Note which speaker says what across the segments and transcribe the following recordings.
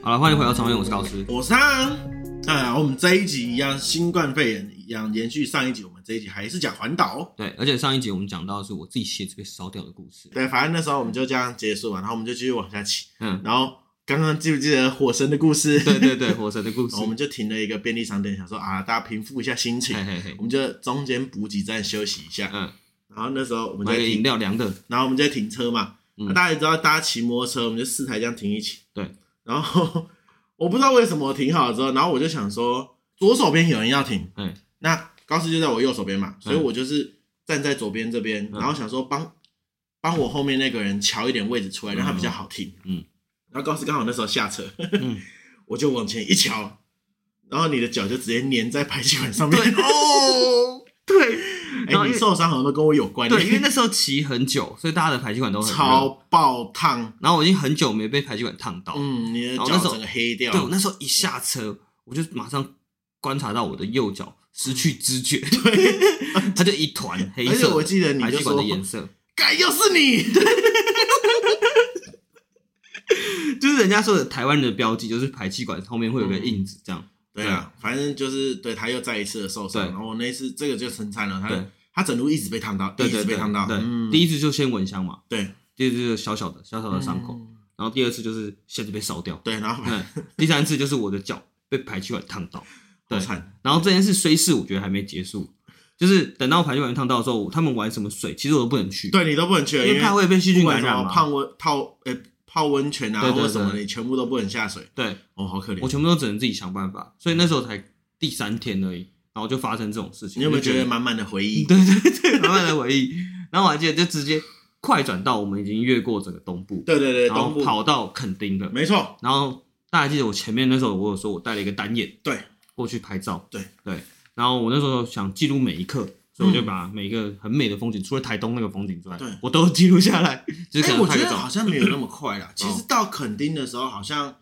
Speaker 1: 好了，欢迎回到常用，我是高斯。
Speaker 2: 我上，那我们这一集一样，新冠肺炎一样，延续上一集，我们这一集还是讲环岛。
Speaker 1: 对，而且上一集我们讲到的是我自己鞋子被烧掉的故事。
Speaker 2: 对，反正那时候我们就这样结束嘛，然后我们就继续往下骑。
Speaker 1: 嗯，
Speaker 2: 然后刚刚记不记得火神的故事？
Speaker 1: 对对对，火神的故事
Speaker 2: 然后。我们就停了一个便利商店，想说啊，大家平复一下心情
Speaker 1: 嘿，嘿嘿
Speaker 2: 我，们就中间补给站休息一下。
Speaker 1: 嗯，
Speaker 2: 然后那时候我们
Speaker 1: 买
Speaker 2: 在
Speaker 1: 个饮
Speaker 2: 停，
Speaker 1: 料凉的。
Speaker 2: 然后我们在停车嘛。
Speaker 1: 嗯
Speaker 2: 那大家也知道，大家骑摩托车，我们就四台这样停一起。
Speaker 1: 对。
Speaker 2: 然后 我不知道为什么停好了之后，然后我就想说，左手边有人要停，
Speaker 1: 嗯，
Speaker 2: 那高斯就在我右手边嘛，所以
Speaker 1: 嗯
Speaker 2: 我就是站在左边这边，
Speaker 1: 嗯
Speaker 2: 然后想说帮帮我后面那个人瞧一点位置出来，
Speaker 1: 嗯
Speaker 2: 让他比较好停。
Speaker 1: 嗯，
Speaker 2: 然后高斯刚好那时候下车，
Speaker 1: 嗯
Speaker 2: 我就往前一瞧，然后你的脚就直接粘在排气管上面
Speaker 1: 对。哦，哎对，然
Speaker 2: 哎、
Speaker 1: 后因
Speaker 2: 你
Speaker 1: 为
Speaker 2: 受伤好像都跟我有关，
Speaker 1: 对，因为那时候骑很久，所以大家的排气管都很热
Speaker 2: 超。爆烫，
Speaker 1: 然后我已经很久没被排气管烫到。
Speaker 2: 嗯，你的
Speaker 1: 然后
Speaker 2: 脚
Speaker 1: 那时候
Speaker 2: 整个黑掉，
Speaker 1: 对我那时候一下车，我就马上观察到我的右脚失去知觉， 它就一团黑
Speaker 2: 而且
Speaker 1: 色的。
Speaker 2: 我记得你
Speaker 1: 排
Speaker 2: 就
Speaker 1: 气管
Speaker 2: 说
Speaker 1: 的，颜色，
Speaker 2: 该又是你，
Speaker 1: 就是人家说的台湾的标记，就是排气管后面会有个印子，这样。
Speaker 2: 对啊，反正就是对他又再一次的受伤，
Speaker 1: 对
Speaker 2: 然后我那一次这个就撑惨了，
Speaker 1: 对
Speaker 2: 他他整路一直被烫到，
Speaker 1: 对
Speaker 2: 一
Speaker 1: 对
Speaker 2: 直被
Speaker 1: 对，
Speaker 2: 烫到，
Speaker 1: 对，
Speaker 2: 嗯
Speaker 1: 第一次就先闻香嘛，
Speaker 2: 对
Speaker 1: 第二次就是小小的小小的伤口，
Speaker 2: 嗯
Speaker 1: 然后第二次就是鞋子被烧掉，
Speaker 2: 对，然后
Speaker 1: 嗯，第三次就是我的脚被排气管烫到，对
Speaker 2: 好，惨，
Speaker 1: 然后这件事虽是我觉得还没结束，就是等到排气管烫到的时候，他们玩什么水，其实我都不能去，，
Speaker 2: 对你都不能去了，
Speaker 1: 因
Speaker 2: 因
Speaker 1: 为怕会被细
Speaker 2: 不
Speaker 1: 菌
Speaker 2: 管
Speaker 1: 感
Speaker 2: 什
Speaker 1: 染
Speaker 2: 么
Speaker 1: 嘛，
Speaker 2: 泡温泡呃泡温泉啊
Speaker 1: 对对
Speaker 2: 或者什么的，
Speaker 1: 对
Speaker 2: 你全部都不能下水，
Speaker 1: 对
Speaker 2: 哦，好可
Speaker 1: 我
Speaker 2: 怜。
Speaker 1: 全部都只能自己想办法，所以那时候才第三天而已，然后就发生这种事情，
Speaker 2: 你有没有
Speaker 1: 我就
Speaker 2: 觉
Speaker 1: 觉
Speaker 2: 得满满的回忆？
Speaker 1: 对 对对，慢慢的回忆，然后我还记得就直接快转到我们已经越过整个东部，
Speaker 2: 对对对，
Speaker 1: 然后
Speaker 2: 东部，
Speaker 1: 跑到垦丁了。
Speaker 2: 没错，
Speaker 1: 然后大家记得我前面那时候，我有说我带了一个单眼
Speaker 2: 对
Speaker 1: 过去拍照，
Speaker 2: 对
Speaker 1: 对。然后我那时候想记录每一刻，所以我就把每一个很美的风景，除了台东那个风景之外，
Speaker 2: 嗯对
Speaker 1: 我都记录下来，就是
Speaker 2: 哎、
Speaker 1: 可能
Speaker 2: 我
Speaker 1: 拍
Speaker 2: 觉
Speaker 1: 个
Speaker 2: 得
Speaker 1: 照
Speaker 2: 好。像没有那么快
Speaker 1: 嗯
Speaker 2: 啦。其实到垦丁的时候，好像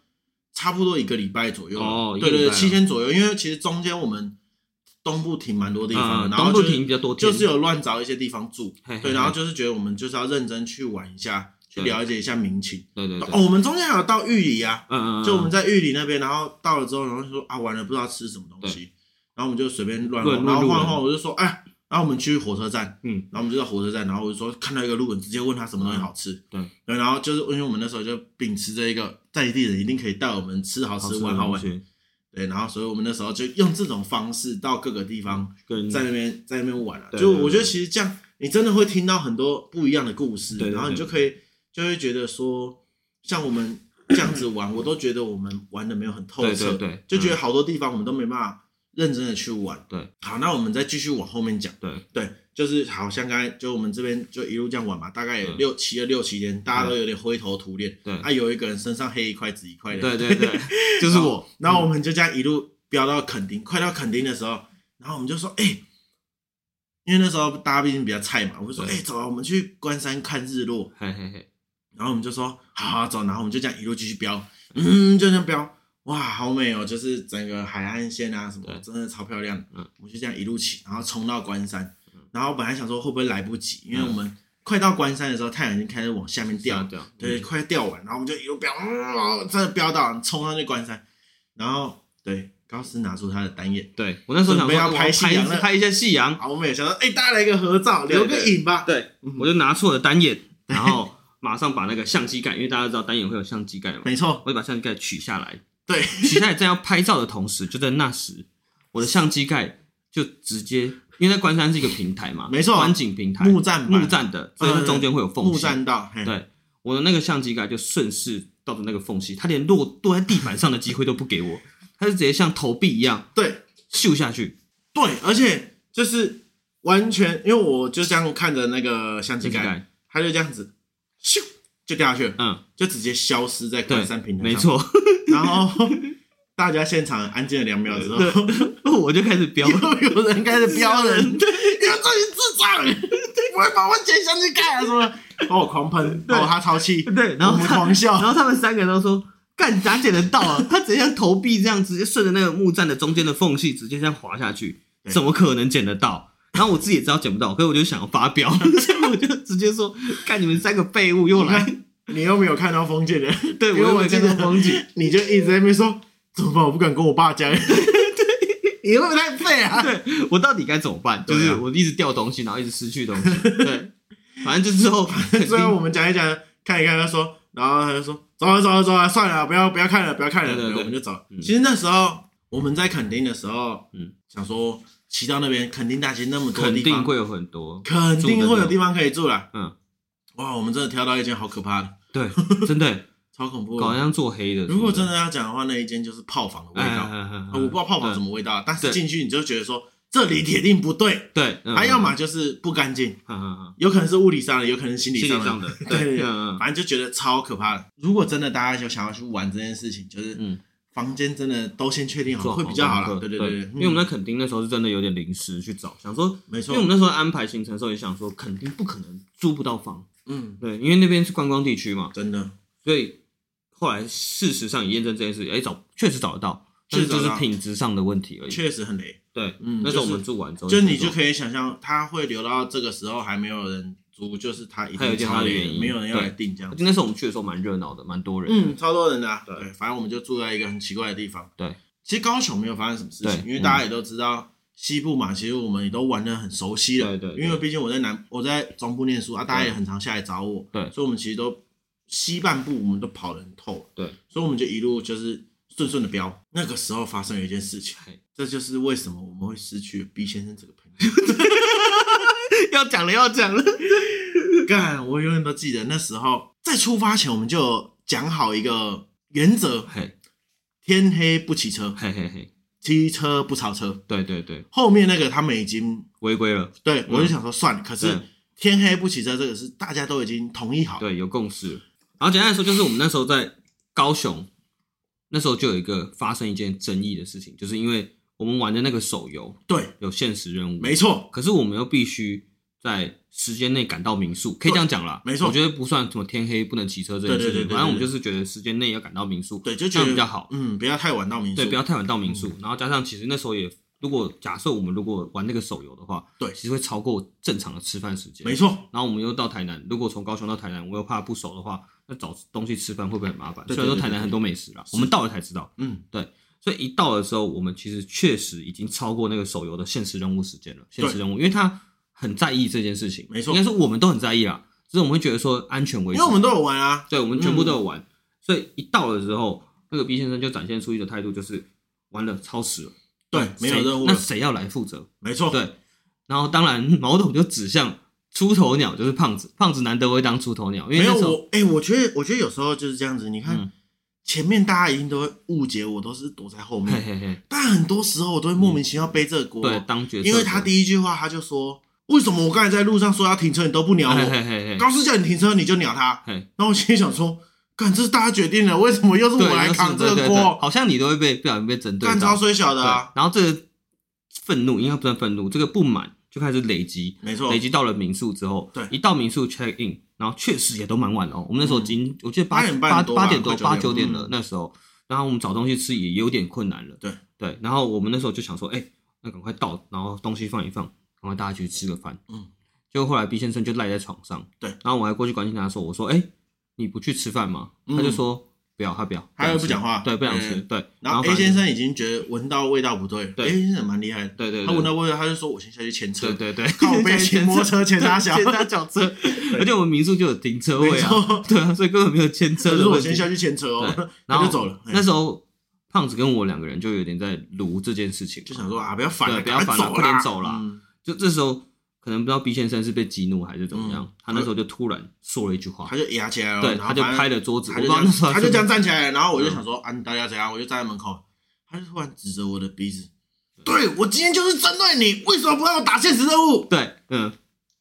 Speaker 2: 差不多一个礼拜左右。
Speaker 1: 哦
Speaker 2: 对
Speaker 1: 一个礼
Speaker 2: 对，
Speaker 1: 拜啊
Speaker 2: 七天左右。因为其实中间我们东部停蛮多地方的，
Speaker 1: 嗯，
Speaker 2: 然
Speaker 1: 东
Speaker 2: 后
Speaker 1: 部
Speaker 2: 就是
Speaker 1: 停比较多天，
Speaker 2: 就是有乱找一些地方住。
Speaker 1: 嘿嘿
Speaker 2: 对，
Speaker 1: 嘿
Speaker 2: 然后就是觉得我们就是要认真去玩一下，去
Speaker 1: 对
Speaker 2: 了解一下民情。
Speaker 1: 对对对，
Speaker 2: 哦，我们中间还有到玉里啊，
Speaker 1: 嗯嗯，
Speaker 2: 就我们在玉里那边，然后到了之后，然后就说啊，完了不知道吃什么东西，然后我们就随便乱
Speaker 1: 乱
Speaker 2: 晃，然后
Speaker 1: 乱路
Speaker 2: 晃一晃，我就说哎，然后我们去火车站，
Speaker 1: 嗯，
Speaker 2: 然后我们就到火车站，然后我就说看到一个路人，直接问他什么东西好吃，
Speaker 1: 嗯
Speaker 2: 对，然后就是因为我们那时候就秉持着一个在地人一定可以带我们吃好
Speaker 1: 好
Speaker 2: 吃哎
Speaker 1: 吃
Speaker 2: 玩好玩，
Speaker 1: 去
Speaker 2: 对，然后所以我们那时候就用这种方式到各个地方，
Speaker 1: 跟
Speaker 2: 在那边在那边玩
Speaker 1: 嗯
Speaker 2: 了、啊
Speaker 1: 对
Speaker 2: 就
Speaker 1: 对
Speaker 2: 我觉得
Speaker 1: 对
Speaker 2: 其实这样，你真的会听到很多不一样的故事，
Speaker 1: 对对
Speaker 2: 然后你
Speaker 1: 对
Speaker 2: 就可以就会觉得说，像我们这样子玩，我都觉得我们玩的没有很透
Speaker 1: 对
Speaker 2: 彻，
Speaker 1: 对对，
Speaker 2: 就觉得
Speaker 1: 嗯
Speaker 2: 好多地方我们都没办法认真的去玩。
Speaker 1: 对，
Speaker 2: 好，那我们再继续往后面讲。
Speaker 1: 对
Speaker 2: 对，就是好像刚才就我们这边就一路这样玩嘛，大概也
Speaker 1: 嗯
Speaker 2: 六、骑了六七天，大家都有点灰头土脸。
Speaker 1: 对
Speaker 2: 啊，有一个人身上黑一块紫一块的，
Speaker 1: 对对 对，就是我，
Speaker 2: 然后我们就这样一路飙到垦丁，快到垦丁的时候，然后我们就说，哎、因为那时候大家毕竟比较菜嘛，我就说，哎、
Speaker 1: 对
Speaker 2: 走啊，我们去关山看日落。
Speaker 1: 嘿嘿嘿，
Speaker 2: 然后我们就说，好好走，然后我们就这样一路继续飙，嗯，就这样飙，哇，好美哦，就是整个海岸线啊什么
Speaker 1: 对，
Speaker 2: 真的超漂亮。
Speaker 1: 嗯，
Speaker 2: 我们就这样一路骑，然后冲到关山，然后本来想说会不会来不及，因为
Speaker 1: 嗯
Speaker 2: 我们快到关山的时候，太阳已经开始往下面掉了，
Speaker 1: 掉，嗯
Speaker 2: 对，，快掉完，然后我们就一路飙，嗯真的飙到冲上去关山，然后对，高斯拿出他的单眼，
Speaker 1: 嗯对我那时候想
Speaker 2: 准备
Speaker 1: 说
Speaker 2: 要
Speaker 1: 我
Speaker 2: 拍夕阳
Speaker 1: 拍
Speaker 2: 了
Speaker 1: 拍一下夕阳，
Speaker 2: 啊，我们也想说，哎、大家来一个合照，
Speaker 1: 对
Speaker 2: 留个
Speaker 1: 对
Speaker 2: 影吧。
Speaker 1: 对，我就拿出我的单眼，然后马上把那个相机盖，因为大家知道单眼会有相机盖嘛，
Speaker 2: 没错，
Speaker 1: 我就把相机盖取下来。
Speaker 2: 对，
Speaker 1: 取下来正要拍照的同时，就在那时，我的相机盖就直接，因为在关山是一个平台嘛，
Speaker 2: 没错
Speaker 1: 观景平台，
Speaker 2: 木栈板
Speaker 1: 木栈的，所以它中间会有缝
Speaker 2: 木
Speaker 1: 隙。
Speaker 2: 栈道，嘿，
Speaker 1: 对，我的那个相机盖就顺势到的那个缝隙，它连落落在地板上的机会都不给我，它就直接像投币一样
Speaker 2: 对
Speaker 1: 咻下去。
Speaker 2: 对，而且就是完全，因为我就这样看着那个相机
Speaker 1: 相机
Speaker 2: 盖，
Speaker 1: 盖，
Speaker 2: 它就这样子，咻就掉下去了，
Speaker 1: 嗯，
Speaker 2: 就直接消失在
Speaker 1: 对
Speaker 2: 关山平，台
Speaker 1: 没
Speaker 2: 上。
Speaker 1: 错，
Speaker 2: 然后大家现场安静了两秒之后，
Speaker 1: 我就开始飙。
Speaker 2: 又有人开始飙人，你们这群智障，不会把我捡相机盖啊什么？把我狂喷，把我他超气，
Speaker 1: 对，然后
Speaker 2: 我们
Speaker 1: 他
Speaker 2: 狂笑
Speaker 1: 然后他们三个都说：“干，哪捡得到啊？”他直接像投币这样，直接顺着那个木栈的中间的缝隙，直接这样滑下去，
Speaker 2: 对
Speaker 1: 怎么可能捡得到？然后我自 己也知道捡不到，可是我就想要发飙，所以我就直接说：“干，你们三个废物又来！”
Speaker 2: 你又没有看到风景的，
Speaker 1: 对
Speaker 2: 因为
Speaker 1: 我又没
Speaker 2: 我记
Speaker 1: 看
Speaker 2: 得
Speaker 1: 到风景，
Speaker 2: 你就一直在那边说怎么办？我不敢跟我爸讲， 你会不会太废啊？
Speaker 1: 对 我到底该怎么办？就
Speaker 2: 对
Speaker 1: 是
Speaker 2: 啊
Speaker 1: 我一直掉东西，然后一直失去东西。对，反正就之 后肯定
Speaker 2: 最后我们讲一讲，看一看，他说，然后他就说走了走了走了，算了，不要不要看了，不要看了，
Speaker 1: 对对对
Speaker 2: 我们就走了。
Speaker 1: 嗯
Speaker 2: 其实那时候我们在垦丁的时候，
Speaker 1: 嗯
Speaker 2: 嗯，想说骑到那边垦丁大街那么多
Speaker 1: 肯
Speaker 2: 地
Speaker 1: 定
Speaker 2: 方，
Speaker 1: 会有很多。
Speaker 2: 肯定会有地方可以住啦。
Speaker 1: 嗯，
Speaker 2: 哇，我们真的挑到一间好可怕的，
Speaker 1: 对，真 的，
Speaker 2: 超恐怖的。
Speaker 1: 搞得像做黑的。
Speaker 2: 如果真的要讲的话，那一间就是炮房的味
Speaker 1: 哎，哎
Speaker 2: 道。
Speaker 1: 哎哎哎
Speaker 2: 啊我不知道泡泡什么味道，但
Speaker 1: 对
Speaker 2: 是进去你就觉得说这里铁定不对，
Speaker 1: 对，嗯
Speaker 2: 它要么就是不干净，
Speaker 1: 嗯嗯
Speaker 2: 有可能是物理上的，有可能是心
Speaker 1: 嗯
Speaker 2: 理
Speaker 1: 心
Speaker 2: 上
Speaker 1: 理
Speaker 2: 的，
Speaker 1: 上的，
Speaker 2: 对对对
Speaker 1: 嗯嗯
Speaker 2: 反正就觉得超可怕的。如果真的大家有想要去玩这件事情，就是
Speaker 1: 嗯
Speaker 2: 房间真的都先确定
Speaker 1: 做
Speaker 2: 好
Speaker 1: 好
Speaker 2: 会比较
Speaker 1: 功
Speaker 2: 好啦。
Speaker 1: 课
Speaker 2: 哦对对对，
Speaker 1: 因为我们
Speaker 2: 嗯
Speaker 1: 在垦丁那时候是真的有点临时去找，想说，
Speaker 2: 没
Speaker 1: 因
Speaker 2: 错
Speaker 1: 为我，们那时候安排行程的时候也想说，垦丁不可能租不到房，
Speaker 2: 嗯，
Speaker 1: 对，因为那边是观光地区嘛，
Speaker 2: 真的
Speaker 1: 所以后来事实上也验证这件事，哎，找确实找得到，但是
Speaker 2: 确实
Speaker 1: 就
Speaker 2: 找
Speaker 1: 是
Speaker 2: 得到
Speaker 1: 品质上的问题而已。
Speaker 2: 确实很雷。
Speaker 1: 对，
Speaker 2: 嗯
Speaker 1: 那时候我
Speaker 2: 就是
Speaker 1: 们住完之后，
Speaker 2: 就你
Speaker 1: 觉
Speaker 2: 就
Speaker 1: 得
Speaker 2: 可以想象，它会留到这个时候还没有人租，就是它一
Speaker 1: 还有一件
Speaker 2: 定超
Speaker 1: 它的
Speaker 2: 雷
Speaker 1: 原因
Speaker 2: 的，没有人要来订这样
Speaker 1: 说，。那时候我们去的时候蛮热闹的，蛮多人。
Speaker 2: 嗯，超多人的、啊。
Speaker 1: 对
Speaker 2: 对，反正我们就住在一个很奇怪的地方。
Speaker 1: 对，
Speaker 2: 其实高雄没有发生什么事情，
Speaker 1: 对
Speaker 2: 因为大家也都知道西部嘛，其实我们也都玩的很熟悉了。
Speaker 1: 对对对
Speaker 2: 因为毕竟我在南，我在中部念书啊，大家也很常下来找我。
Speaker 1: 对
Speaker 2: 所以我们其实都西半部我们都跑得很透。
Speaker 1: 对，
Speaker 2: 所以我们就一路就是顺顺的飙。那个时候发生了一件事情
Speaker 1: 嘿，
Speaker 2: 这就是为什么我们会失去 B 先生这个朋友。
Speaker 1: 要讲了，要讲了。
Speaker 2: 干，我永远都记得那时候在出发前，我们就有讲好一个原则：
Speaker 1: 嘿，
Speaker 2: 天黑不骑车。
Speaker 1: 嘿嘿嘿，
Speaker 2: 机车不超车。
Speaker 1: 对对对，
Speaker 2: 后面那个他们已经
Speaker 1: 违规了，
Speaker 2: 对我就想说算了，可是
Speaker 1: 嗯对
Speaker 2: 天黑不骑车这个是大家都已经同意好，
Speaker 1: 对，有共识。然后简单来说，就是我们那时候在高雄，那时候就有一个发生一件争议的事情，就是因为我们玩的那个手游
Speaker 2: 对，
Speaker 1: 有限时任务，
Speaker 2: 没错，
Speaker 1: 可是我们又必须在时间内赶到民宿，可以这样讲啦。
Speaker 2: 没错
Speaker 1: 我觉得不算什么天黑不能骑车这件事
Speaker 2: 对对
Speaker 1: 情，
Speaker 2: 对对对
Speaker 1: 反正我们就是觉得时间内要赶到民宿，
Speaker 2: 对，就
Speaker 1: 这
Speaker 2: 觉
Speaker 1: 样
Speaker 2: 得
Speaker 1: 比较好。
Speaker 2: 嗯，不要太晚到民宿，嗯
Speaker 1: 对，不要太晚到民宿。然后加上，其实那时候也，如果假设我们如果玩那个手游的话，
Speaker 2: 对
Speaker 1: 其实会超过正常的吃饭时间。
Speaker 2: 没。错，
Speaker 1: 然后我们又到台南，如果从高雄到台南，我又怕不熟的话，那找东西吃饭会不会很麻烦？
Speaker 2: 对对
Speaker 1: 虽然说
Speaker 2: 对对
Speaker 1: 台南很多美食啦，我们到了才知道。
Speaker 2: 嗯，
Speaker 1: 所以一到的时候，我们其实确实已经超过那个手游的限时任务时间了。限时任务，因为他很在意这件事情，
Speaker 2: 没错
Speaker 1: 应该是我们都很在意啦，只是我们会觉得说安全为
Speaker 2: 因
Speaker 1: 主，
Speaker 2: 为我们都有玩啊，
Speaker 1: 对我们全部都有玩，所以一到了之后，那个 B 先生就展现出一种态度，就是完了超时了，
Speaker 2: 对，没有
Speaker 1: 谁
Speaker 2: 任务
Speaker 1: 那
Speaker 2: 了，
Speaker 1: 谁要来负责？
Speaker 2: 没错，
Speaker 1: 对，然后当然矛头就指向出头鸟，就是胖子，胖子难得会当出头鸟，因
Speaker 2: 没
Speaker 1: 为
Speaker 2: 有
Speaker 1: 那时候
Speaker 2: 我，哎，我觉得我觉得有时候就是这样子，你看
Speaker 1: 嗯
Speaker 2: 前面大家一定都会误解我，都是躲在后
Speaker 1: 嘿
Speaker 2: 面，
Speaker 1: 嘿嘿，
Speaker 2: 但很多时候我都会莫名其妙背这个锅，
Speaker 1: 对，当角色，
Speaker 2: 因为他第一句话他就说，为什么我刚才在路上说要停车，你都不 鸟
Speaker 1: 嘿
Speaker 2: 我？
Speaker 1: 嘿嘿嘿
Speaker 2: 高斯叫你停车，你就鸟他。
Speaker 1: 嘿。
Speaker 2: 然后我心里想说，干，这是大家决定的，为什么又是
Speaker 1: 对，
Speaker 2: 我来
Speaker 1: 就是
Speaker 2: 扛这
Speaker 1: 对
Speaker 2: 个
Speaker 1: 对对
Speaker 2: 锅？
Speaker 1: 好像你都会被不小心被针对
Speaker 2: 干
Speaker 1: 到
Speaker 2: 超。虽小
Speaker 1: 对
Speaker 2: 的啊，，
Speaker 1: 然后这个愤怒应该不算愤怒，这个不满就开始累积，
Speaker 2: 没错
Speaker 1: 累，积到了民宿之后，
Speaker 2: 对嗯
Speaker 1: 一到民宿 check in，然后确实也都蛮晚了哦，我们那时候已经、我记得八
Speaker 2: 八点半
Speaker 1: 八
Speaker 2: 多
Speaker 1: 八
Speaker 2: 吧
Speaker 1: 点多
Speaker 2: 快九
Speaker 1: 八
Speaker 2: 点
Speaker 1: 九点了、
Speaker 2: 嗯
Speaker 1: 那时候，然后我们找东西吃也有点困难了，
Speaker 2: 对
Speaker 1: 对，然后我们那时候就想说，哎、那赶快到，然后东西放一放，赶快大家去吃个饭，
Speaker 2: 嗯，
Speaker 1: 结果后来毕先生就赖在床上，
Speaker 2: 对，
Speaker 1: 然后我还过去关心他说，我说，哎、你不去吃饭吗？
Speaker 2: 嗯
Speaker 1: 他就说。不要，他不要，
Speaker 2: 他又
Speaker 1: 想
Speaker 2: 不
Speaker 1: 吃
Speaker 2: 讲话
Speaker 1: 对，不想吃，
Speaker 2: 嗯
Speaker 1: 对。
Speaker 2: 然后
Speaker 1: 反
Speaker 2: A
Speaker 1: 正
Speaker 2: 先，生已经觉得闻到味道不对了
Speaker 1: 对
Speaker 2: ，A 先生蛮厉害的，
Speaker 1: 对对，
Speaker 2: 他
Speaker 1: 对
Speaker 2: 闻到味道，他就说我先下去牵车
Speaker 1: 对。对对，
Speaker 2: 靠 背骑摩托车牵他小
Speaker 1: 牵他小车，而且我们民宿就有停车位
Speaker 2: 没
Speaker 1: 啊，
Speaker 2: 错，
Speaker 1: 对啊，所以根本没有牵车
Speaker 2: 他
Speaker 1: 的
Speaker 2: 说我
Speaker 1: 问
Speaker 2: 先
Speaker 1: 题。
Speaker 2: 下去牵车
Speaker 1: 对
Speaker 2: 哦，
Speaker 1: 然
Speaker 2: 他
Speaker 1: 后
Speaker 2: 就走了。
Speaker 1: 那时候胖子跟我两个人就有点在撸这件事情嘛，
Speaker 2: 就想说啊，不要烦
Speaker 1: 对
Speaker 2: 了，
Speaker 1: 不要烦了
Speaker 2: 了，
Speaker 1: 快点走啦
Speaker 2: 嗯
Speaker 1: 就这时候可能不知道 B 先生是被激怒还是怎么样，他那时候就突然说了一句话
Speaker 2: 嗯他，就压起来了，
Speaker 1: 对，
Speaker 2: 然后
Speaker 1: 他就
Speaker 2: 反正
Speaker 1: 拍了桌子，我
Speaker 2: 他
Speaker 1: 不知道
Speaker 2: 就这样
Speaker 1: 那时候
Speaker 2: 他就这样
Speaker 1: 在
Speaker 2: 站起来，然后
Speaker 1: 嗯
Speaker 2: 我就想说，啊，你大家怎样？我就站在门口，他就突然指着我的鼻子，对我今天就是针对你，为什么不让我打现实任务？哦
Speaker 1: 对，嗯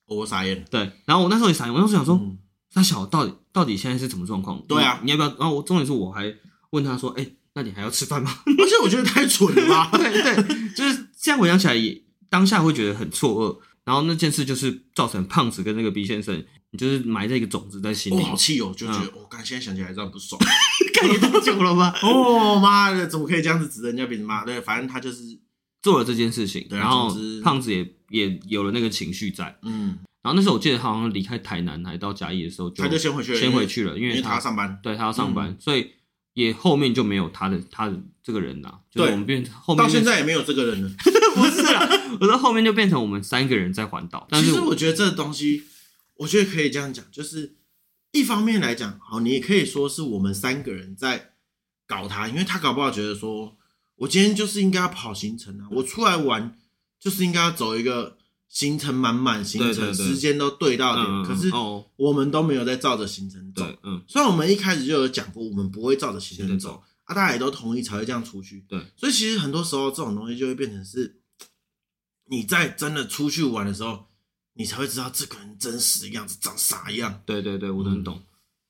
Speaker 2: 我傻眼了，
Speaker 1: 对，然后我那时候也傻眼，我那时候想说，
Speaker 2: 嗯
Speaker 1: 那小到底到底现在是什么状况？
Speaker 2: 对啊
Speaker 1: 你你要不要？然后我重点是我还问他说，哎，那你还要吃饭吗？
Speaker 2: 而且我觉得太蠢 了吧，
Speaker 1: 对对，就是现在回想起来也，当下会觉得很错愕。然后那件事就是造成胖子跟那个 B 先生，你就是埋这个种子在心
Speaker 2: 我
Speaker 1: 里。
Speaker 2: 好气哦，就觉得我刚现在想起来这样不爽，
Speaker 1: 嗯 干也太久了吧？
Speaker 2: 哦妈的，怎么可以这样子指着人家鼻子骂？对，反正他就是，
Speaker 1: 做了这件事情，
Speaker 2: 对啊
Speaker 1: 然后
Speaker 2: 总之
Speaker 1: 胖子也也有了那个情绪在。
Speaker 2: 嗯，
Speaker 1: 然后那时候我记得他好像离开台南还到嘉义的时候就，
Speaker 2: 他就先回去了，
Speaker 1: 先回去了，因
Speaker 2: 因为，因
Speaker 1: 为
Speaker 2: 为他要上嗯班，
Speaker 1: 对他要上班，所以也后面就没有他的他的这个人啦、就是
Speaker 2: 对
Speaker 1: 我们变后面
Speaker 2: 到现在也没有这个人了。
Speaker 1: 不是啦，我说后面就变成我们三个人在环岛，但
Speaker 2: 其
Speaker 1: 是
Speaker 2: 实我觉得这个东西，我觉得可以这样讲，就是一方面来讲，好，你也可以说是我们三个人在搞他，因为他搞不好觉得说，我今天就是应该要跑行程啊，我出来玩就是应该要走一个行程满满，行程
Speaker 1: 对对对
Speaker 2: 时间都对到点，
Speaker 1: 嗯
Speaker 2: 可是
Speaker 1: 哦，
Speaker 2: 我们都没有在照着行程走。
Speaker 1: 对，嗯，
Speaker 2: 虽然我们一开始就有讲过，我们不会照着行
Speaker 1: 现
Speaker 2: 程
Speaker 1: 在
Speaker 2: 走，
Speaker 1: 走，
Speaker 2: 啊，大家也都同意才会这样出去。
Speaker 1: 对，
Speaker 2: 所以其实很多时候这种东西就会变成是，你在真的出去玩的时候，你才会知道这个人真实的样子长啥样。
Speaker 1: 对对对，我能
Speaker 2: 嗯
Speaker 1: 懂，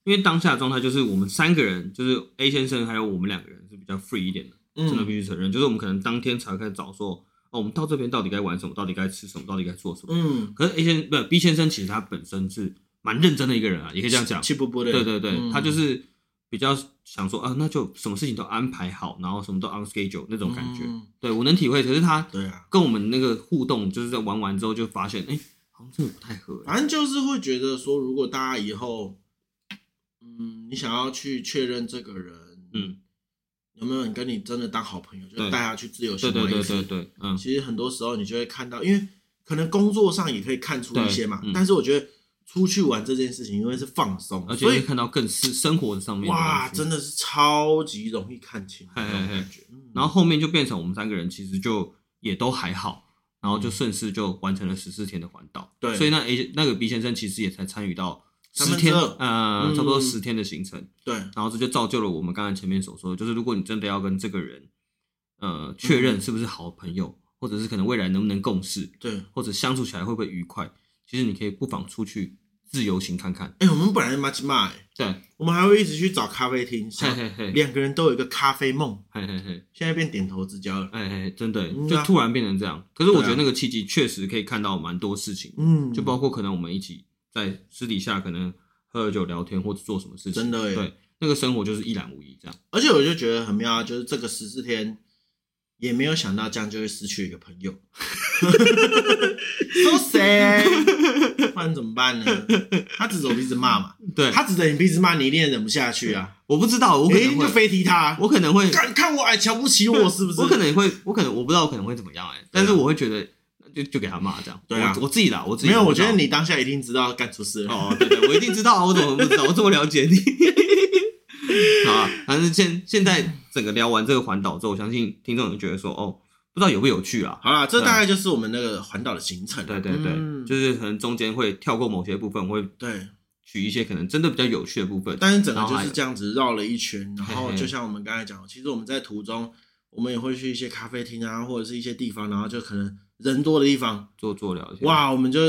Speaker 1: 因为当下的状态就是我们三个人，就是 A 先生还有我们两个人是比较 free 一点的，真的必
Speaker 2: 嗯
Speaker 1: 须承认，就是我们可能当天才开始找说，哦，我们到这边到底该玩什么，到底该吃什么，到底该做什么。
Speaker 2: 嗯，
Speaker 1: 可是 A 先不是 B 先生，其实他本身是蛮认真的一个人啊，也可以这样讲，
Speaker 2: 气不不的，
Speaker 1: 对对对，
Speaker 2: 嗯
Speaker 1: 他就是比较想说啊，那就什么事情都安排好，然后什么都 on schedule 那种感觉。
Speaker 2: 嗯
Speaker 1: 对我能体会，可是他
Speaker 2: 对啊，
Speaker 1: 跟我们那个互动，就是在玩完之后就发现，哎、好像真的不太合、
Speaker 2: 反正就是会觉得说，如果大家以后，嗯，你想要去确认这个人，
Speaker 1: 嗯，
Speaker 2: 有没有人跟你真的当好朋友，就
Speaker 1: 对
Speaker 2: 带他去自由
Speaker 1: 对
Speaker 2: 行
Speaker 1: 对
Speaker 2: 为
Speaker 1: 对
Speaker 2: 一次
Speaker 1: 对对，嗯，
Speaker 2: 其实很多时候你就会看到，因为可能工作上也可以看出一些嘛，
Speaker 1: 对嗯
Speaker 2: 但是我觉得出去玩这件事情，因为是放松，
Speaker 1: 而且
Speaker 2: 所
Speaker 1: 会
Speaker 2: 以
Speaker 1: 看到更是生活上面的
Speaker 2: 哇，
Speaker 1: 东西
Speaker 2: 真的是超级容易看清
Speaker 1: 嘿
Speaker 2: 那
Speaker 1: 嘿
Speaker 2: 种
Speaker 1: 嘿
Speaker 2: 感觉。嗯
Speaker 1: 然后后面就变成我们三个人其实就也都还好，然后就顺势就完成了十四天的环岛。
Speaker 2: 嗯对
Speaker 1: 所以那 A 那个 B 先生其实也才参与到
Speaker 2: 三分
Speaker 1: 十
Speaker 2: 之
Speaker 1: 天，
Speaker 2: 二
Speaker 1: 呃，差不多
Speaker 2: 嗯
Speaker 1: 十天的行程。
Speaker 2: 对，
Speaker 1: 然后这就造就了我们刚才前面所说的，就是如果你真的要跟这个人，呃，确
Speaker 2: 嗯
Speaker 1: 认是不是好朋友，或者是可能未来能不能共事，
Speaker 2: 对，
Speaker 1: 或者相处起来会不会愉快，其实你可以不妨出去自由行看看。
Speaker 2: 哎、我们本来嘛起嘛，哎
Speaker 1: 对，
Speaker 2: 我们还会一直去找咖啡厅，
Speaker 1: 嘿
Speaker 2: 想
Speaker 1: 嘿嘿，
Speaker 2: 两个人都有一个咖啡梦，
Speaker 1: 嘿嘿嘿，
Speaker 2: 现在变点头之交了。
Speaker 1: 哎嘿，真的
Speaker 2: 嗯啊
Speaker 1: 就突然变成这样。可是我
Speaker 2: 对啊
Speaker 1: 觉得那个契机确实可以看到蛮多事情，
Speaker 2: 嗯，
Speaker 1: 就包括可能我们一起在私底下可能喝酒聊天或者做什么事情，
Speaker 2: 真的哎
Speaker 1: 对，那个生活就是一览无遗这样。
Speaker 2: 而且我就觉得很妙啊，就是这个十四天，也没有想到这样就会失去一个朋 友。说谁？ 不然怎么办呢？他指着我鼻子骂嘛，
Speaker 1: 对，
Speaker 2: 嗯他指着你鼻子骂，你一定忍不下去啊！
Speaker 1: 我不知道，我
Speaker 2: 我
Speaker 1: 可
Speaker 2: 一
Speaker 1: 能
Speaker 2: 定就
Speaker 1: 会，
Speaker 2: 非踢他。
Speaker 1: 我可能会。
Speaker 2: 看看我矮，瞧不起我是不是？啊
Speaker 1: 我可能会，我可能我不知道我可能会怎么样哎、但是我会觉得呃就就给他骂这样。
Speaker 2: 对啊
Speaker 1: 我我自己啦，我自己
Speaker 2: 没有。
Speaker 1: 知道
Speaker 2: 我觉得你当下一定知道干出事了。
Speaker 1: 哦，对对，我一定知道啊，我怎么不知道？我怎么了解你？ 好啊，反正现现在整个聊完这个环岛之后，我相信听众也觉得说哦，不知道有不有趣啊？
Speaker 2: 好啦，这大概就是我们那个环岛的行程啊。
Speaker 1: 对对对，
Speaker 2: 嗯
Speaker 1: 就是可能中间会跳过某些部分，我会
Speaker 2: 对。
Speaker 1: 取一些可能真的比较有趣的部分。
Speaker 2: 但是整个
Speaker 1: 然后
Speaker 2: 就
Speaker 1: 还
Speaker 2: 是这样子绕了一圈，然后
Speaker 1: 嘿嘿
Speaker 2: 就像我们刚才讲的，其实我们在途中，我们也会去一些咖啡厅啊，或者是一些地方，然后就可能人多的地方，
Speaker 1: 做做聊天，，
Speaker 2: 哇，我们就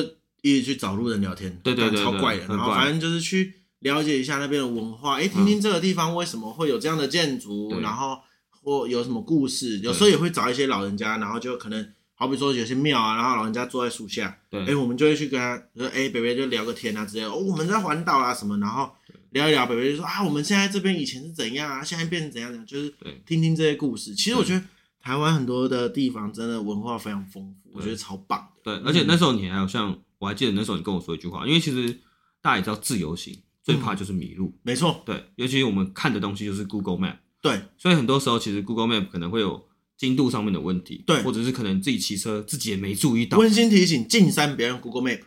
Speaker 2: 一直去找路人聊天，
Speaker 1: 对对对
Speaker 2: 干超怪的。
Speaker 1: 对很
Speaker 2: 然后
Speaker 1: 怪嗯
Speaker 2: 反正就是去了解一下那边的文化，诶，听听这个地方为什么会有这样的建筑，
Speaker 1: 对
Speaker 2: 然后或有什么故事。有时候也会找一些老人家，然后就可能好比说有些庙啊，然后老人家坐在树下，
Speaker 1: 对，
Speaker 2: 哎、我们就会去跟他说，哎、北北就聊个天啊之类的。哦，我们在环岛啊什么，然后聊一聊，北北就说啊，我们现在这边以前是怎样啊，现在变成怎样怎样，就是
Speaker 1: 对
Speaker 2: 听听这些故事。其实我
Speaker 1: 对
Speaker 2: 觉得台湾很多的地方真的文化非常丰富，我觉得超棒的。
Speaker 1: 对，而且那时候你还有像，我还记得那时候你跟我说一句话，因为其实大家也知道自由行最
Speaker 2: 嗯
Speaker 1: 怕就是迷路，
Speaker 2: 没错，
Speaker 1: 对，尤其我们看的东西就是 Google Map，
Speaker 2: 对
Speaker 1: 所以很多时候其实 Google Map 可能会有精度上面的问题，
Speaker 2: 对
Speaker 1: 或者是可能自己骑车自己也没注意到，
Speaker 2: 温馨提醒：进山别用 Google Map，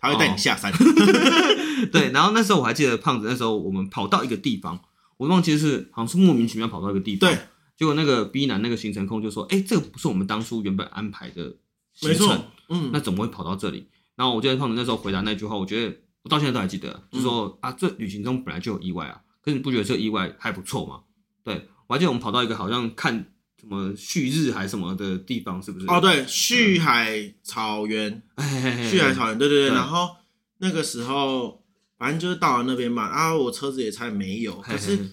Speaker 2: 它
Speaker 1: 哦
Speaker 2: 会带你 下山。
Speaker 1: 对。然后那时候我还记得胖子那时候我们跑到一个地方，我忘记是好像是莫名其妙跑到一个地方，
Speaker 2: 对，
Speaker 1: 结果那个 B 男那个行程控就说，哎、这个不是我们当初原本安排的行
Speaker 2: 没
Speaker 1: 程，
Speaker 2: 错，嗯，
Speaker 1: 那怎么会跑到这里？然后我记得胖子那时候回答那句话，我觉得我到现在都还记
Speaker 2: 嗯
Speaker 1: 得，就说、啊，这旅行中本来就有意外啊，可是你不觉得这个意外还不错吗？对，我还记得我们跑到一个好像看什么旭日还什么的地方，是不是？
Speaker 2: 哦，，对，旭海草原，
Speaker 1: 哎嘿嘿
Speaker 2: 旭海草原，对对对。
Speaker 1: 嗯对
Speaker 2: 然后那个时候，反正就是到了那边嘛，啊，我车子也差点没有，
Speaker 1: 嘿
Speaker 2: 可
Speaker 1: 嘿
Speaker 2: 是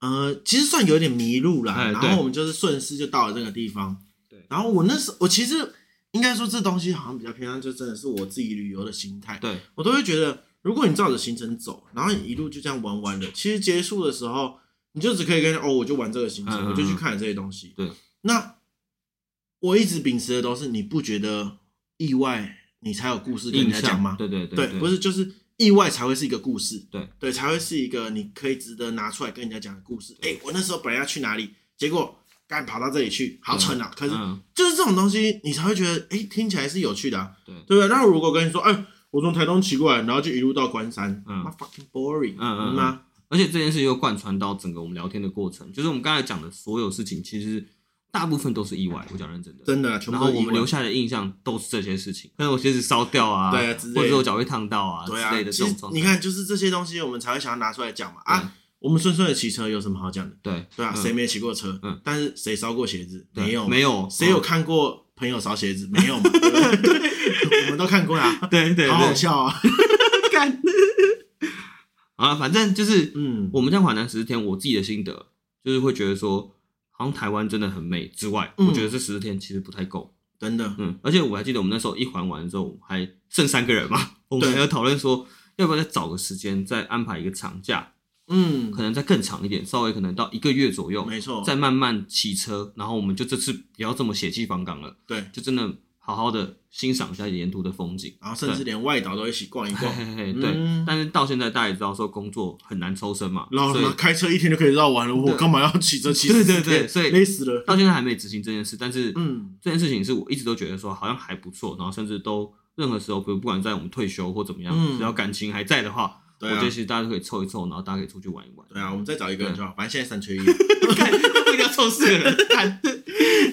Speaker 2: 呃，其实算有点迷路啦。
Speaker 1: 哎
Speaker 2: 然
Speaker 1: 对
Speaker 2: 后我们就是顺势就到了这个地方。
Speaker 1: 对
Speaker 2: 然后我那时我其实应该说这东西好像比较偏向，就真的是我自己旅游的心态。
Speaker 1: 对
Speaker 2: 我都会觉得，如果你照着行程走，然后你一路就这样玩玩的，其实结束的时候，你就只可以跟哦，我就玩这个行程，
Speaker 1: 嗯嗯嗯
Speaker 2: 我就去看这些东西。
Speaker 1: 对，
Speaker 2: 那我一直秉持的都是，你不觉得意外？你才有故事跟
Speaker 1: 印
Speaker 2: 人家讲
Speaker 1: 象
Speaker 2: 嘛。
Speaker 1: 对对
Speaker 2: 对，不
Speaker 1: 是
Speaker 2: 是就是意外才会是一个故事，
Speaker 1: 嗯对
Speaker 2: 对，才会是一个你可以值得拿出来跟人家讲的故事。哎、我那时候本来要去哪里，结果干跑到这里去，好蠢啊！可是
Speaker 1: 嗯，
Speaker 2: 就是这种东西，你才会觉得哎、听起来是有趣的、啊，
Speaker 1: 对
Speaker 2: 对不对？那如果跟你说，哎、我从台东骑过来，然后就一路到关山，
Speaker 1: 嗯
Speaker 2: 妈 fucking boring，
Speaker 1: 嗯嗯嗯
Speaker 2: 吗？
Speaker 1: 而且这件事又贯穿到整个我们聊天的过程，就是我们刚才讲的所有事情，其实大部分都是意外。我讲认真的，
Speaker 2: 真的啊，全部
Speaker 1: 然
Speaker 2: 都
Speaker 1: 后
Speaker 2: 是
Speaker 1: 我们
Speaker 2: 意外
Speaker 1: 留下的印象都是这些事情，可能我鞋子烧掉啊，
Speaker 2: 对啊之类的
Speaker 1: 或者是我脚被烫到啊
Speaker 2: 对
Speaker 1: 之
Speaker 2: 啊，
Speaker 1: 类的
Speaker 2: 其
Speaker 1: 这
Speaker 2: 实
Speaker 1: 种状态。
Speaker 2: 你看，就是这些东西，我们才会想要拿出来讲嘛。
Speaker 1: 对
Speaker 2: 啊，我们顺顺的骑车有什么好讲的？
Speaker 1: 对
Speaker 2: 对啊，
Speaker 1: 嗯
Speaker 2: 谁没骑过车？
Speaker 1: 嗯，
Speaker 2: 但是谁烧过鞋子？
Speaker 1: 对
Speaker 2: 没有，
Speaker 1: 没有
Speaker 2: 哦
Speaker 1: 嗯
Speaker 2: 谁有看过朋友烧鞋子？没有嘛？对不对我们都看过啦，
Speaker 1: 嗯对对
Speaker 2: 好 好
Speaker 1: 对
Speaker 2: 笑啊！
Speaker 1: 干 好了，反正就是
Speaker 2: 嗯，
Speaker 1: 我们在华南十四天，我自己的心得就是会觉得说，好像台湾真的很美之外，
Speaker 2: 嗯
Speaker 1: 我觉得这十四天其实不太够。
Speaker 2: 真的，
Speaker 1: 嗯，而且我还记得我们那时候一环完的时候，还剩三个人嘛，我们
Speaker 2: 对
Speaker 1: 还有讨论说，要不要再找个时间再安排一个长假，
Speaker 2: 嗯，
Speaker 1: 可能再更长一点，稍微可能到一个月左右，
Speaker 2: 没错，
Speaker 1: 再慢慢骑车，然后我们就这次不要这么血气方刚了，
Speaker 2: 对，
Speaker 1: 就真的好好的欣赏一下沿途的风景。
Speaker 2: 然后甚至连外岛都一起逛一
Speaker 1: 嘿
Speaker 2: 逛。
Speaker 1: 嘿嘿，对。
Speaker 2: 哦嗯
Speaker 1: 但是到现在大家也知道说工作很难抽身嘛，
Speaker 2: 老
Speaker 1: 所
Speaker 2: 了
Speaker 1: 以
Speaker 2: 嘛，开车一天就可以绕完了，我
Speaker 1: 对
Speaker 2: 干嘛要骑车骑？
Speaker 1: 对对对所以
Speaker 2: 累死了。
Speaker 1: 到现在还没执行这件事，但是
Speaker 2: 嗯，
Speaker 1: 这件事情是我一直都觉得说好像还不错，然后甚至都任何时候，比如不管在我们退休或怎么样，
Speaker 2: 嗯
Speaker 1: 只要感情还在的话，
Speaker 2: 对
Speaker 1: 我
Speaker 2: 啊
Speaker 1: 觉得，其实大家都可以凑一凑，然后大家可以出去玩一玩。
Speaker 2: 对啊，我们再找一个人就好，反正现在三缺一。
Speaker 1: 看不一定要凑
Speaker 2: 啊
Speaker 1: 四个人，看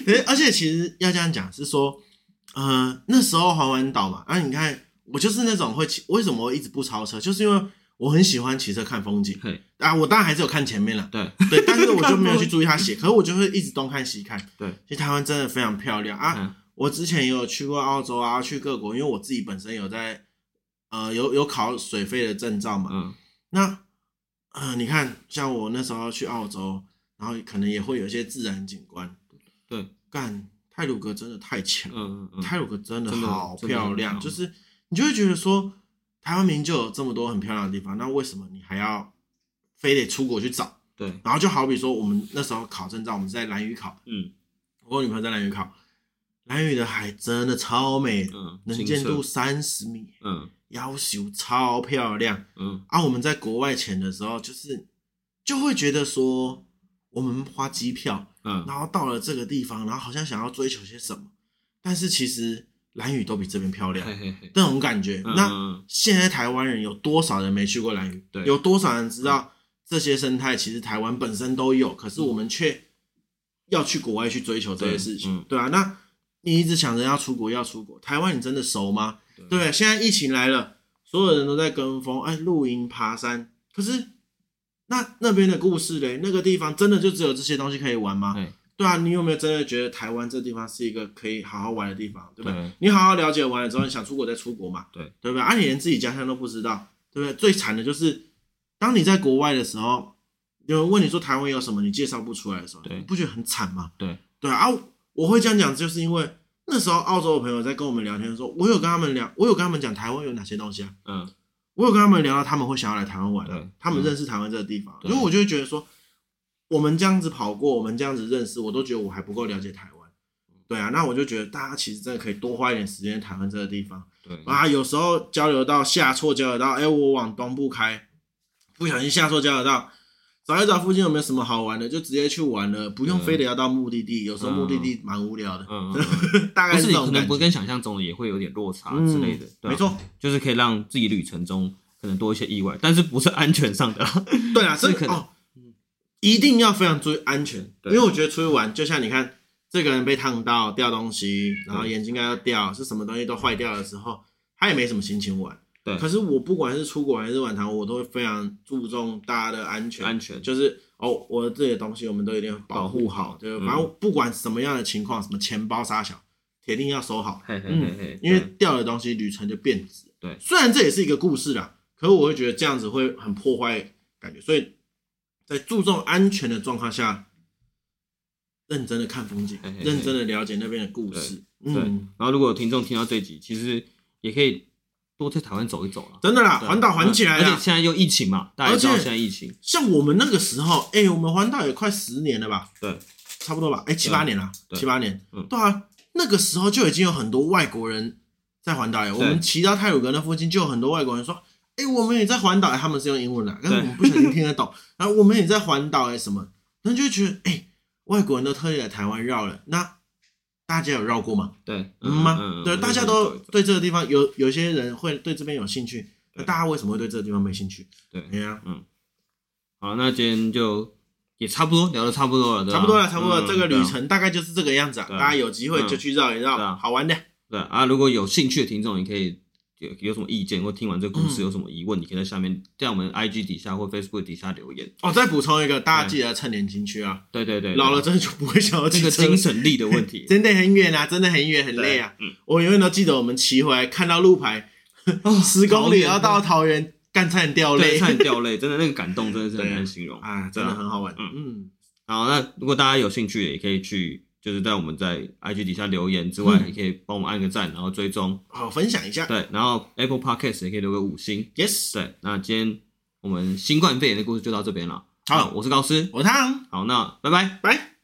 Speaker 2: 可是而且其实要这样讲是说，呃，那时候环完岛嘛，啊，你看我就是那种会骑，为什么我一直不超车，就是因为我很喜欢骑车看风景
Speaker 1: 对
Speaker 2: 啊，我当然还是有看前面了，
Speaker 1: 对
Speaker 2: 对，但是我就没有去注意它写，可是我就会一直东看西看。
Speaker 1: 对，
Speaker 2: 其实台湾真的非常漂亮啊，
Speaker 1: 嗯
Speaker 2: 我之前也有去过澳洲啊，去各国，因为我自己本身有在呃有有考水费的证照嘛，
Speaker 1: 嗯
Speaker 2: 那呃，你看，像我那时候去澳洲，然后可能也会有一些自然景观。
Speaker 1: 对，
Speaker 2: 干泰鲁格真的太强，
Speaker 1: 嗯嗯嗯，
Speaker 2: 泰鲁格真的
Speaker 1: 真的
Speaker 2: 好
Speaker 1: 真的很
Speaker 2: 漂
Speaker 1: 漂
Speaker 2: 亮，
Speaker 1: 亮
Speaker 2: 就是你就会觉得说，台湾明明就有这么多很漂亮的地方，那为什么你还要非得出国去找？
Speaker 1: 对，
Speaker 2: 然后就好比说，我们那时候考证照，我们是在兰屿考，
Speaker 1: 嗯
Speaker 2: 我跟我女朋友在兰屿考，兰屿的海真的超美的，
Speaker 1: 嗯，
Speaker 2: 能
Speaker 1: 清
Speaker 2: 见
Speaker 1: 澈，
Speaker 2: 度三十米，
Speaker 1: 嗯
Speaker 2: 要求超漂亮。
Speaker 1: 嗯，
Speaker 2: 啊，我们在国外潜的时候，就是就会觉得说，我们花机票，
Speaker 1: 嗯，
Speaker 2: 然后到了这个地方，然后好像想要追求些什么，但是其实蓝屿都比这边漂亮
Speaker 1: 嘿，嘿嘿，
Speaker 2: 那种感觉。
Speaker 1: 嗯
Speaker 2: 那
Speaker 1: 嗯
Speaker 2: 现在台湾人有多少人没去过蓝屿？
Speaker 1: 对
Speaker 2: 有多少人知道这些生态其实台湾本身都有，可是我们却要去国外去追求这些事情，对啊，那你一直想着要出国要出国，台湾你真的熟
Speaker 1: 嗯
Speaker 2: 吗？对，现在疫情来了，所有人都在跟风，哎，露营、爬山。可是那那边的故事嘞，那个地方真的就只有这些东西可以玩吗？
Speaker 1: 对
Speaker 2: 对啊，你有没有真的觉得台湾这地方是一个可以好好玩的地方，对不对？
Speaker 1: 对
Speaker 2: 你好好了解完了之后，你想出国再出国嘛，
Speaker 1: 对
Speaker 2: 对不对？啊，你连自己家乡都不知道，对不对？最惨的就是当你在国外的时候，有人问你说台湾有什么，你介绍不出来的时候，
Speaker 1: 对
Speaker 2: 你不觉得很惨吗？
Speaker 1: 对
Speaker 2: 对啊，我我会这样讲，就是因为那时候澳洲的朋友在跟我们聊天的时候，我有跟他们聊，我有跟他们讲台湾有哪些东西啊，
Speaker 1: 嗯
Speaker 2: 我有跟他们聊到他们会想要来台湾玩
Speaker 1: 对
Speaker 2: 的，他们
Speaker 1: 嗯
Speaker 2: 认识台湾这个地方，
Speaker 1: 对
Speaker 2: 因为我就会觉得说，我们这样子跑过，我们这样子认识，我都觉得我还不够了解台湾。
Speaker 1: 嗯
Speaker 2: 对啊，那我就觉得大家其实真的可以多花一点时间在台湾这个地方
Speaker 1: 对，
Speaker 2: 啊。有时候交流到下错交流到，哎、我往东部开，不小心下错交流到，找一找附近有没有什么好玩的，就直接去玩了，不用
Speaker 1: 对
Speaker 2: 非得要到目的地。有时候目的地蛮无聊的，
Speaker 1: 嗯嗯嗯，
Speaker 2: 大
Speaker 1: 不
Speaker 2: 概
Speaker 1: 是
Speaker 2: 这
Speaker 1: 你
Speaker 2: 种
Speaker 1: 可能
Speaker 2: 感
Speaker 1: 不
Speaker 2: 觉。
Speaker 1: 跟想象中的也会有点落差之类的，对啊
Speaker 2: 没，错，
Speaker 1: 就是可以让自己旅程中可能多一些意外，但是不是安全上的啦，
Speaker 2: 对啊，
Speaker 1: 是
Speaker 2: 这个
Speaker 1: 可能
Speaker 2: 哦，一定要非常注意安全，因
Speaker 1: 对
Speaker 2: 为我觉得出去玩，就像你看这个人被烫到掉东西，然后眼镜盖要掉，是什么东西都坏掉的时候，他也没什么心情玩。
Speaker 1: 对
Speaker 2: 可是我不管是出国还是晚堂，我都会非常注重大家的安全。
Speaker 1: 安全
Speaker 2: 就是哦，我这些东西我们都一定要保护
Speaker 1: 保
Speaker 2: 好
Speaker 1: 护，
Speaker 2: 对，
Speaker 1: 嗯
Speaker 2: 反正不管什么样的情况，什么钱包沙小，铁定要收好。
Speaker 1: 嘿嘿嘿
Speaker 2: 嗯
Speaker 1: 嘿，
Speaker 2: 因为
Speaker 1: 对
Speaker 2: 掉的东西旅程就变质。
Speaker 1: 对
Speaker 2: 虽然这也是一个故事啦，可是我会觉得这样子会很破坏感觉，所以在注重安全的状况下，认真的看风景
Speaker 1: 嘿嘿，嘿
Speaker 2: 认真的了解那边的故事。
Speaker 1: 对
Speaker 2: 嗯，
Speaker 1: 然后如果有听众听到这集，其实也可以多在台湾走一走啦。
Speaker 2: 真的啦，
Speaker 1: 对
Speaker 2: 环岛环起来
Speaker 1: 而且
Speaker 2: 啦。
Speaker 1: 现在又疫情嘛，大家也知道
Speaker 2: 而且
Speaker 1: 现在疫情，
Speaker 2: 像我们那个时候，哎、我们环岛也快十年了吧？
Speaker 1: 对，
Speaker 2: 差不多吧？哎、七八年啦，
Speaker 1: 对
Speaker 2: 七八年
Speaker 1: 嗯，
Speaker 2: 对啊，那个时候就已经有很多外国人在环岛耶，我
Speaker 1: 对
Speaker 2: 们骑到泰鲁阁那附近，就有很多外国人说：“哎、我们也在环岛耶。”他们是用英文的，但是我们不小心听得懂。 然后我们也在环岛哎，什么？那就会觉得哎、外国人都特地来台湾绕了，那大家有绕过吗？
Speaker 1: 对，
Speaker 2: 嗯
Speaker 1: 嗯
Speaker 2: 吗？
Speaker 1: 嗯
Speaker 2: 对，
Speaker 1: 嗯
Speaker 2: 大家
Speaker 1: 嗯
Speaker 2: 都
Speaker 1: 对
Speaker 2: 对这个地方有有些人会对这边有兴趣，那
Speaker 1: 对
Speaker 2: 大家为什么会对这个地方没兴趣？
Speaker 1: 对
Speaker 2: 哎呀，
Speaker 1: 好，那今天就也差不多聊的差不多了，对吧
Speaker 2: 差不多了，差不多了，
Speaker 1: 嗯
Speaker 2: 这个
Speaker 1: 对啊
Speaker 2: 旅程大概就是这个样子啊。
Speaker 1: 对啊
Speaker 2: 大家有机会就去绕一
Speaker 1: 对
Speaker 2: 绕，
Speaker 1: 啊
Speaker 2: 好玩的。
Speaker 1: 对啊，如果有兴趣的听众，你可以有有什么意见，或听完这个故
Speaker 2: 嗯
Speaker 1: 事有什么疑问，你可以在下面在我们 IG 底下或 Facebook 底下留言。
Speaker 2: 哦，再补充一个，大家记得趁年轻去啊，
Speaker 1: 对对对，
Speaker 2: 老了真的就不会想要
Speaker 1: 这
Speaker 2: 骑
Speaker 1: 个
Speaker 2: 车
Speaker 1: 精神力的问 题，
Speaker 2: 真的很远啊，真的很远，很累啊。我永远都记得我们骑回来，看到路牌十公里要到桃园，干差点掉
Speaker 1: 对，
Speaker 2: 泪
Speaker 1: 差点掉泪，真的那个感动真的是很难形容。
Speaker 2: 啊，真的很好玩。嗯，
Speaker 1: 好，那如果大家有兴趣，也可以去就是在我们在 IG 底下留言之外，
Speaker 2: 嗯
Speaker 1: 也可以帮我们按个赞，然后追踪，
Speaker 2: 好，分享一下。
Speaker 1: 对，然后 Apple Podcast 也可以留个五星。
Speaker 2: Yes，
Speaker 1: 对，那今天我们新冠肺炎的故事就到这边了。
Speaker 2: 好
Speaker 1: 我是高斯。
Speaker 2: 我汤，
Speaker 1: 好，那拜拜。
Speaker 2: 拜。